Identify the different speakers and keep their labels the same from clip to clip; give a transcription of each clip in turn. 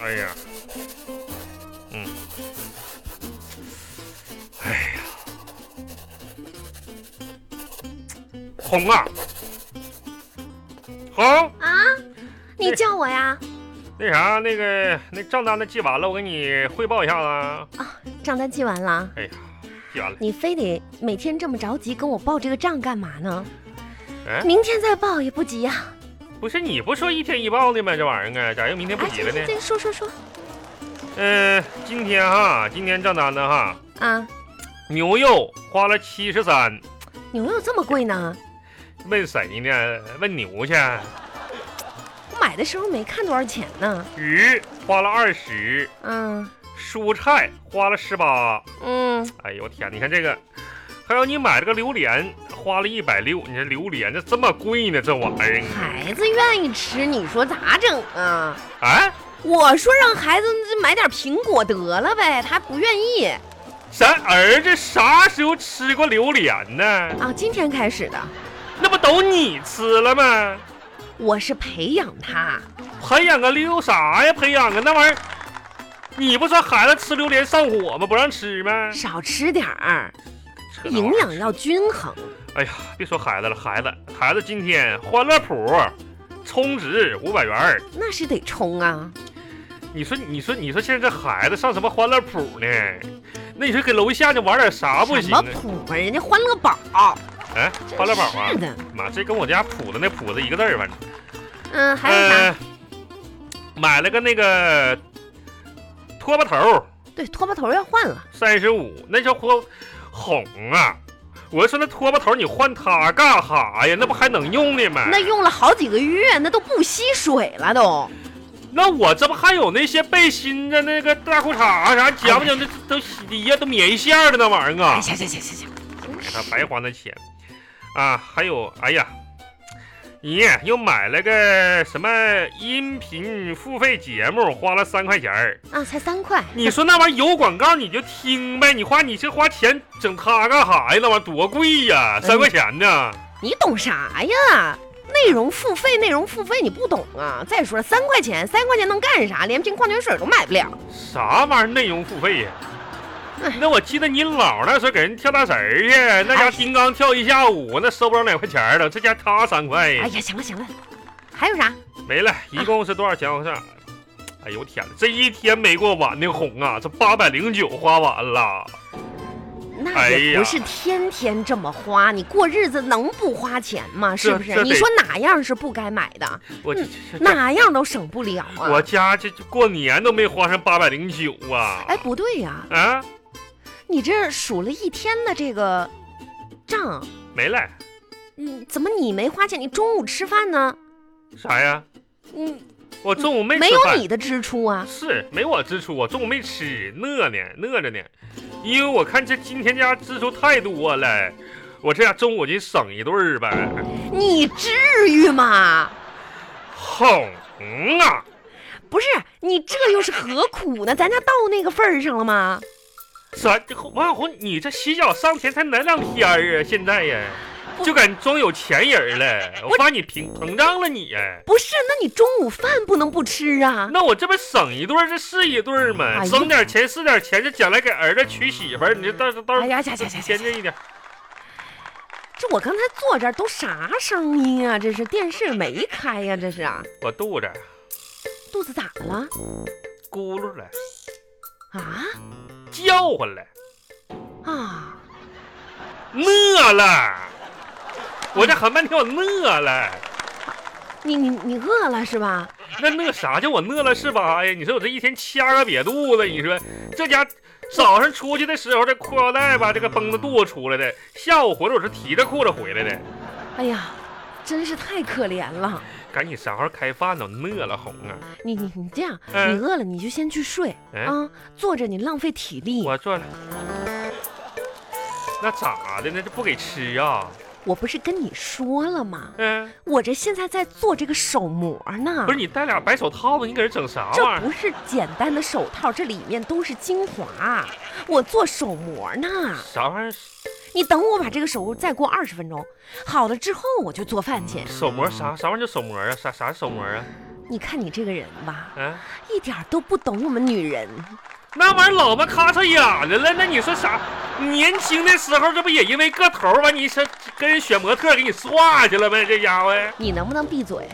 Speaker 1: 哎呀，嗯，哎呀，红啊，红，
Speaker 2: 啊， 你叫我呀？
Speaker 1: 那啥，那个那账单都记完了，我给你汇报一下子啊。
Speaker 2: 账单记完了，
Speaker 1: 哎呀，记完了，
Speaker 2: 你非得每天这么着急跟我报这个账干嘛呢？
Speaker 1: 哎，
Speaker 2: 明天再报也不急呀、
Speaker 1: 不是你不说一天一报的吗？这玩意儿啊，咋又明天不
Speaker 2: 哎，
Speaker 1: 急
Speaker 2: 行
Speaker 1: 了呢
Speaker 2: 行？行，说说说
Speaker 1: 呃，今天哈，今天账单呢哈，
Speaker 2: 啊，
Speaker 1: 牛肉花了七十三，
Speaker 2: 牛肉这么贵呢？
Speaker 1: 问谁呢？问牛去。
Speaker 2: 我买的时候没看多少钱呢。
Speaker 1: 鱼花了二十，
Speaker 2: 嗯
Speaker 1: 蔬菜花了十八。
Speaker 2: 嗯，
Speaker 1: 哎呦我天，你看这个，还有你买了个榴莲，花了一百六。你这榴莲这这么贵呢？这玩意儿？
Speaker 2: 孩子愿意吃，你说咋整啊？
Speaker 1: 啊？
Speaker 2: 我说让孩子买点苹果得了呗，他不愿意
Speaker 1: 咱儿子啥时候吃过榴莲呢？
Speaker 2: 啊。今天开始的，
Speaker 1: 那不都你吃了吗？
Speaker 2: 我是培养他，
Speaker 1: 培养个溜啥呀？培养个那玩意儿，你不说孩子吃榴莲上火吗？不让吃吗？
Speaker 2: 少吃点儿，
Speaker 1: 扯那玩
Speaker 2: 营
Speaker 1: 意儿
Speaker 2: 养要均衡。
Speaker 1: 哎呀，别说孩子了，孩子，孩子今天欢乐谱充值五百元儿
Speaker 2: 那是得冲啊！
Speaker 1: 你说，你说，你说，现在这孩子上什么欢乐谱呢？那你说给楼下就玩点啥不
Speaker 2: 什
Speaker 1: 行
Speaker 2: 么
Speaker 1: 呢？
Speaker 2: 谱啊？人家欢乐宝，
Speaker 1: 哎，欢乐宝啊
Speaker 2: 是！的，
Speaker 1: 妈，这跟我家谱子那谱子一个字儿，反正。
Speaker 2: 嗯，还有啥？
Speaker 1: 呃，买了个那个拖把头
Speaker 2: 对，拖把头要换了，
Speaker 1: 三十五，那叫拖红啊！我说那拖把头你换它干哈呀？那不还能用呢吗？
Speaker 2: 那用了好几个月，那都不吸水了
Speaker 1: 啊
Speaker 2: 都。
Speaker 1: 那我这不还有那些背心子、那个大裤衩啊啥，讲不讲这都洗呀，都棉线儿的那玩意儿啊
Speaker 2: 哎哎，，行行行行行，真
Speaker 1: 他
Speaker 2: 是
Speaker 1: 白花那钱啊！还有，哎呀，你又买了个什么音频付费节目，花了三块钱儿。
Speaker 2: 啊，才三块，
Speaker 1: 你说那玩意儿有广告你就听呗，你花你这花钱整它干啥呀？那玩意儿多贵呀，三块钱呢！
Speaker 2: 你懂啥呀？内容付费，内容付费，你不懂啊！再说了，三块钱，三块钱能干啥？连瓶矿泉水都买不了。
Speaker 1: 啥玩意儿内容付费呀
Speaker 2: 哎？
Speaker 1: 那我记得你姥那时候给人跳大神儿去，那家
Speaker 2: 哎
Speaker 1: 叮当跳一下午，那收不着两块钱儿了，这家他三块
Speaker 2: 哎呀，行了行了，还有啥？
Speaker 1: 没 了，一共是多少钱？我看，哎呦我天哪，这一天没过完的红啊，这八百零九花完了。
Speaker 2: 那
Speaker 1: 哎
Speaker 2: 也
Speaker 1: 呀
Speaker 2: 不是天天这么花，你过日子能不花钱吗？是不
Speaker 1: 这
Speaker 2: 是？
Speaker 1: 得
Speaker 2: 你说哪样是不该买的？
Speaker 1: 我这这这
Speaker 2: 哪样都省不了啊！
Speaker 1: 我家这这过年都没花上八百零九啊！
Speaker 2: 哎，不对呀、
Speaker 1: 啊，
Speaker 2: 你这数了一天的这个账，
Speaker 1: 没了，
Speaker 2: 嗯，怎么你没花钱？你中午吃饭呢？
Speaker 1: 啥呀？
Speaker 2: 嗯，
Speaker 1: 我中午没
Speaker 2: 没
Speaker 1: 吃
Speaker 2: 有
Speaker 1: 饭
Speaker 2: 你的支出啊。
Speaker 1: 是没我支出，我中午没吃，饿呢，饿着呢，因为我看这今天家支出太多了，我这家中午就省一顿儿呗。
Speaker 2: 你至于吗？
Speaker 1: 哄啊，
Speaker 2: 不是，你这又是何苦呢？咱家到那个份儿上了吗？
Speaker 1: 咱这王小红，你这洗脚上天才哪两天儿啊？现在呀，
Speaker 2: 不
Speaker 1: 就敢装有钱人儿了，我发你膨膨胀了你。
Speaker 2: 不是，那你中午饭不能不吃啊。
Speaker 1: 那我这不省一顿儿，这是一顿儿吗？
Speaker 2: 哎呀
Speaker 1: 省点钱是点钱，这将来给儿子娶媳妇儿，你这到时候到时
Speaker 2: 哎
Speaker 1: 候
Speaker 2: 呀呀呀呀
Speaker 1: 先
Speaker 2: 呀！
Speaker 1: 进一点。
Speaker 2: 这我刚才坐这儿都啥声音啊？这是电视没开呀、这是啊？
Speaker 1: 我肚子
Speaker 2: 肚子咋了
Speaker 1: 咕噜了，
Speaker 2: 啊？
Speaker 1: 叫唤了。
Speaker 2: 啊！
Speaker 1: 饿了，我这喊半天我饿了，
Speaker 2: 你你你饿了是吧？
Speaker 1: 那那啥叫我饿了是吧？哎呀，你说我这一天掐个瘪肚子，你说这家早上出去的时候这裤腰带吧，这个绷着肚子出来的，下午回来我是提着裤子回来的，
Speaker 2: 哎呀，真是太可怜了。
Speaker 1: 赶紧啥时候开饭呢？我饿了红啊！
Speaker 2: 你你你这样，
Speaker 1: 嗯
Speaker 2: 你饿了你就先去睡
Speaker 1: 哎
Speaker 2: 啊，坐着你浪费体力。
Speaker 1: 我坐了，那咋的呢？这不给吃啊？
Speaker 2: 我不是跟你说了吗？
Speaker 1: 嗯，
Speaker 2: 我这现在在做这个手模呢
Speaker 1: 不。是你戴俩白手套子，你搁这整啥
Speaker 2: 这
Speaker 1: 玩意儿？啊
Speaker 2: 不是简单的手套，这里面都是精华。我做手模呢，
Speaker 1: 啥玩意儿？
Speaker 2: 你等我把这个手再过二十分钟好了之后，我就做饭去。
Speaker 1: 手膜啥啥玩意儿叫手膜啊？啥啥手膜啊？
Speaker 2: 你看你这个人吧，
Speaker 1: 啊，
Speaker 2: 一点儿都不懂我们女人。
Speaker 1: 那玩意儿老么咔嚓眼的了，那你说啥？年轻的时候这不也因为个头儿完你是跟人选模特给你刷去了呗？这家伙，
Speaker 2: 你能不能闭嘴？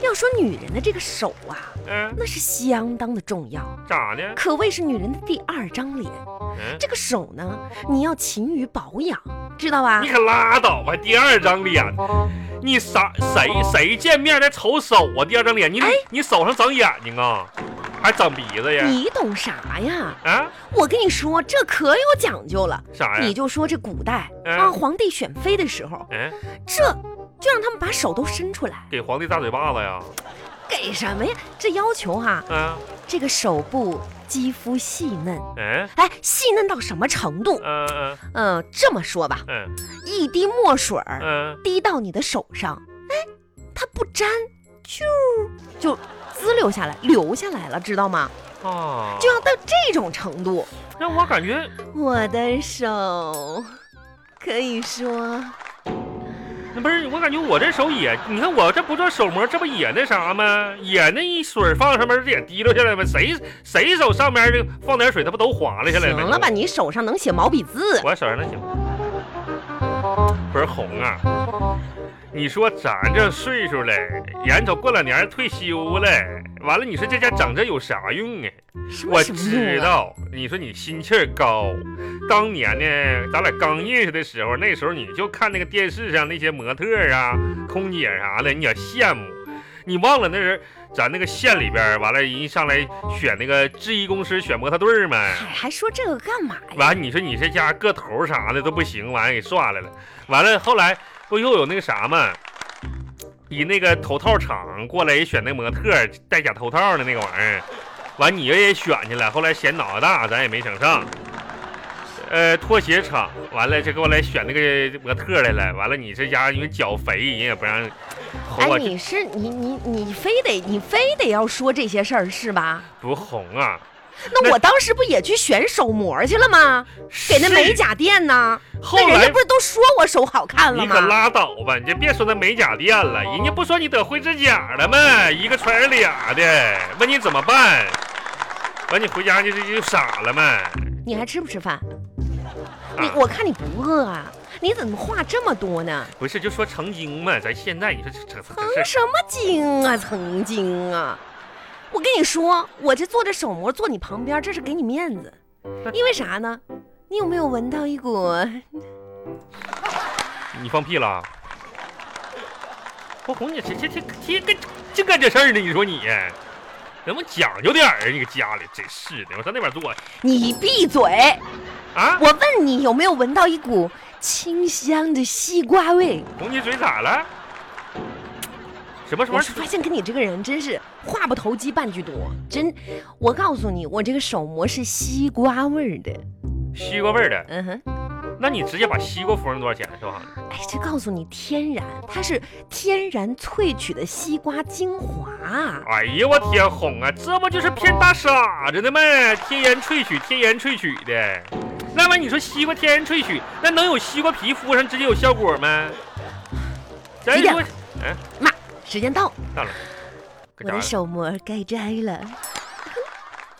Speaker 2: 要说女人的这个手啊，
Speaker 1: 嗯、
Speaker 2: 那是相当的重要，
Speaker 1: 咋的？
Speaker 2: 可谓是女人的第二张脸。
Speaker 1: 嗯、
Speaker 2: 这个手呢，你要勤于保养，知道吧
Speaker 1: 你？可拉倒吧！第二张脸，你啥谁谁见面再瞅手啊？第二张脸，你、
Speaker 2: 哎
Speaker 1: 你手上长眼睛啊，还长鼻子呀？
Speaker 2: 你懂啥呀？
Speaker 1: 啊，
Speaker 2: 我跟你说，这可有讲究了。
Speaker 1: 哎啥呀？
Speaker 2: 你就说这古代
Speaker 1: 嗯
Speaker 2: 啊，皇帝选妃的时候，
Speaker 1: 嗯，
Speaker 2: 这就让他们把手都伸出来，
Speaker 1: 给皇帝大嘴巴子呀？
Speaker 2: 给什么呀？这要求哈、
Speaker 1: 嗯、
Speaker 2: 这个手部肌肤细嫩，
Speaker 1: 嗯
Speaker 2: 哎，细嫩到什么程度？
Speaker 1: 嗯嗯
Speaker 2: 嗯、这么说吧，
Speaker 1: 嗯
Speaker 2: 一滴墨水儿
Speaker 1: 嗯，
Speaker 2: 滴到你的手上，哎，它不沾，啾，就滋溜下来，流下来了，知道吗？
Speaker 1: 啊，
Speaker 2: 就要到这种程度，
Speaker 1: 让我感觉，
Speaker 2: 我的手可以说
Speaker 1: 不是我感觉我这手也，你看我这不做手模，这不也那啥吗？也那一水放上面，这也滴溜下来吗？谁谁手上面这放点水，它不都滑了下来
Speaker 2: 行
Speaker 1: 吗？
Speaker 2: 了吧？你手上能写毛笔字，
Speaker 1: 我手上能行。不是红啊，你说咱这岁数了，眼瞅过两年退休了，完了你说这家整这有啥用啊？
Speaker 2: 什么
Speaker 1: 我
Speaker 2: 什么用
Speaker 1: 知
Speaker 2: 啊？
Speaker 1: 道，你说你心气儿高。当年呢，咱俩刚认识的时候，那时候你就看那个电视上那些模特儿啊、空姐啥的，你也羡慕。你忘了那人咱那个县里边儿，完了人上来选那个制衣公司选模特队儿嘛。
Speaker 2: 嗨，还说这个干嘛呀？
Speaker 1: 完，你说你这家个头啥的都不行，完给刷来了。完了，后来不又有那个啥嘛，以那个头套厂过来也选那模特，戴假头套的那个玩意儿。完，你也选去了，后来嫌脑袋大，咱也没整上。呃，拖鞋厂完了，这给我来选那个模特来了。完了，你这家因为脚肥，人也不让。啊
Speaker 2: 哎，
Speaker 1: 我这
Speaker 2: 你是你你你非得你非得要说这些事儿是吧？
Speaker 1: 不红啊，
Speaker 2: 那
Speaker 1: 那
Speaker 2: 我当时不也去选手模去了吗？给那
Speaker 1: 是
Speaker 2: 美。甲店呢？
Speaker 1: 后
Speaker 2: 那人
Speaker 1: 来
Speaker 2: 家不是都说我手好看了
Speaker 1: 你可
Speaker 2: 吗？哦
Speaker 1: 拉倒吧！你就别说那美甲店了，人家不说你得会指甲了吗？一个传染俩的，问你怎么办？完你回家就就就傻了吗？
Speaker 2: 你还吃不吃饭？你
Speaker 1: 啊
Speaker 2: 我看你不饿啊？你怎么话这么多呢？
Speaker 1: 不是就说成精嘛？咱现在你说这这这
Speaker 2: 曾
Speaker 1: 这
Speaker 2: 什么经啊，曾经啊！我跟你说，我这做着手模坐你旁边，这是给你面 子
Speaker 1: 那。
Speaker 2: 因为啥呢？你有没有闻到一股？
Speaker 1: 你放屁了？不红你这这这这个净干这事儿呢？你说你能不能讲究点儿啊？你个家里真是的，我上那边坐
Speaker 2: 你闭嘴！
Speaker 1: 啊！
Speaker 2: 我问你有没有闻到一股清香的西瓜味？
Speaker 1: 红你嘴咋了？什么什
Speaker 2: 我
Speaker 1: 么
Speaker 2: 是？发现跟你这个人真是话不投机半句多，真。我告诉你，我这个手模是西瓜味儿的。
Speaker 1: 西瓜味儿的？
Speaker 2: 嗯哼，
Speaker 1: 那你直接把西瓜缝上多少钱是吧？
Speaker 2: 哎，这告诉你天然，它是天然萃取的西瓜精华。
Speaker 1: 哎呀，我天红啊，这不就是骗大傻子的吗？天然萃取，天然萃取的。那玩意儿你说西瓜天然萃取，那能有西瓜皮肤上直接有效果吗？咱
Speaker 2: 几点
Speaker 1: 说，
Speaker 2: 妈，时间到，
Speaker 1: 搁
Speaker 2: 我
Speaker 1: 家
Speaker 2: 的手模该摘了，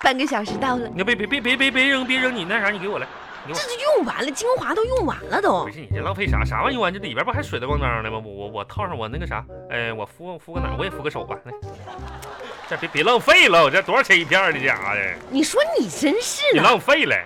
Speaker 2: 半个小时到了，
Speaker 1: 你别别别别别别扔别扔你那啥，你给我来。
Speaker 2: 这就用完了，精华都用完了都
Speaker 1: 不。是你这浪费啥啥玩意儿啊？这里边不还水的光当的吗？我我我套上我那个啥，哎，我敷敷个哪儿我也敷个手吧。来，这别别浪费了，这多少钱一片儿的家伙的，
Speaker 2: 你说你真是
Speaker 1: 你
Speaker 2: 的，
Speaker 1: 浪费了。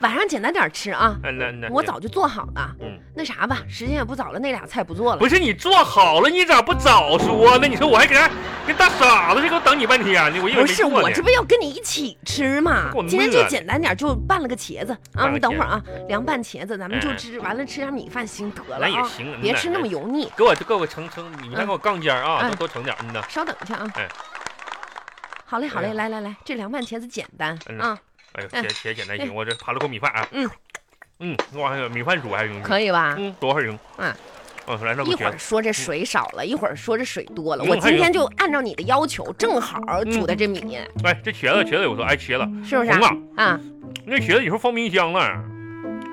Speaker 2: 晚上简单点吃啊。
Speaker 1: 嗯，那那
Speaker 2: 我早就做好了，
Speaker 1: 嗯
Speaker 2: 那啥吧，时间也不早了，那俩菜不做了。
Speaker 1: 不是你做好了，你咋不早说呢？你说我还搁这跟大傻子似的，给我等你半天呢，我以为
Speaker 2: 不
Speaker 1: 没
Speaker 2: 是
Speaker 1: 做
Speaker 2: 我
Speaker 1: 呢
Speaker 2: 这不要跟你一起吃嘛
Speaker 1: 给我？
Speaker 2: 今天
Speaker 1: 饿
Speaker 2: 就
Speaker 1: 的
Speaker 2: 简单点，就拌了个茄子啊。
Speaker 1: 拌
Speaker 2: 你
Speaker 1: 个
Speaker 2: 等会儿啊，凉拌茄子，咱们就
Speaker 1: 嗯
Speaker 2: 吃，完了吃点米饭行得了
Speaker 1: 那也
Speaker 2: 啊，
Speaker 1: 行，嗯
Speaker 2: 别
Speaker 1: 呐
Speaker 2: 吃那么。油腻。
Speaker 1: 给我给我盛盛，你
Speaker 2: 嗯
Speaker 1: 看给我杠尖儿啊，
Speaker 2: 嗯
Speaker 1: 多多盛点儿，嗯呐。
Speaker 2: 稍等一下啊
Speaker 1: 哎。
Speaker 2: 好嘞，好
Speaker 1: 哎
Speaker 2: 嘞，
Speaker 1: 呀
Speaker 2: 来来来，这凉拌茄子简单
Speaker 1: 嗯
Speaker 2: 啊，
Speaker 1: 哎呦，
Speaker 2: 嗯
Speaker 1: 姐姐简单行，我这扒了口米饭啊。
Speaker 2: 嗯
Speaker 1: 嗯，我还有米饭煮还行。
Speaker 2: 可以吧？
Speaker 1: 嗯，多会儿行。
Speaker 2: 嗯，
Speaker 1: 哦，来上
Speaker 2: 一
Speaker 1: 个
Speaker 2: 会
Speaker 1: 茄
Speaker 2: 儿
Speaker 1: 子。
Speaker 2: 说这水少了，一会儿说这水多了。
Speaker 1: 嗯
Speaker 2: 我
Speaker 1: 还
Speaker 2: 今
Speaker 1: 有嗯
Speaker 2: 天就按照你的要求，正好煮的这米，嗯
Speaker 1: 哎，这茄子茄子有说，哎，茄子
Speaker 2: 是不是
Speaker 1: 红
Speaker 2: 啊？啊
Speaker 1: 那茄子以后放冰箱了。
Speaker 2: 啊，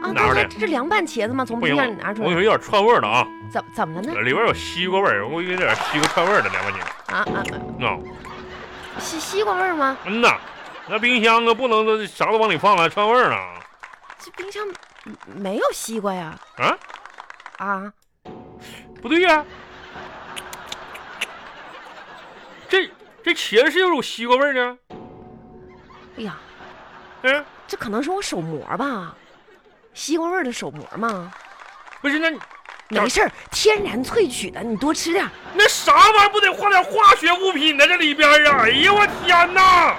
Speaker 2: 啊，
Speaker 1: 拿出
Speaker 2: 对
Speaker 1: 来
Speaker 2: 呀，这是凉拌茄子吗？从
Speaker 1: 不
Speaker 2: 冰
Speaker 1: 行，
Speaker 2: 箱里拿出
Speaker 1: 我跟你
Speaker 2: 来，
Speaker 1: 说有点串味儿了啊，
Speaker 2: 怎怎么了呢？
Speaker 1: 里边有西瓜味儿，我以为有点西瓜串味儿的凉拌茄子
Speaker 2: 啊
Speaker 1: 啊。
Speaker 2: 啊，啊西西瓜味儿吗？
Speaker 1: 嗯呐，那冰箱啊不能啥都往里放了，串味儿呢。
Speaker 2: 这冰箱嗯没有西瓜呀？
Speaker 1: 啊
Speaker 2: 啊，
Speaker 1: 不对呀、这这茄子是有种西瓜味儿呢。
Speaker 2: 哎呀，
Speaker 1: 嗯，
Speaker 2: 这可能是我手膜吧，西瓜味儿的手膜嘛。
Speaker 1: 不是那你这
Speaker 2: 没事儿，天然萃取的，你多吃点儿。
Speaker 1: 那啥玩意儿不得化点化学物品在这里边儿啊？哎呀，我天呐！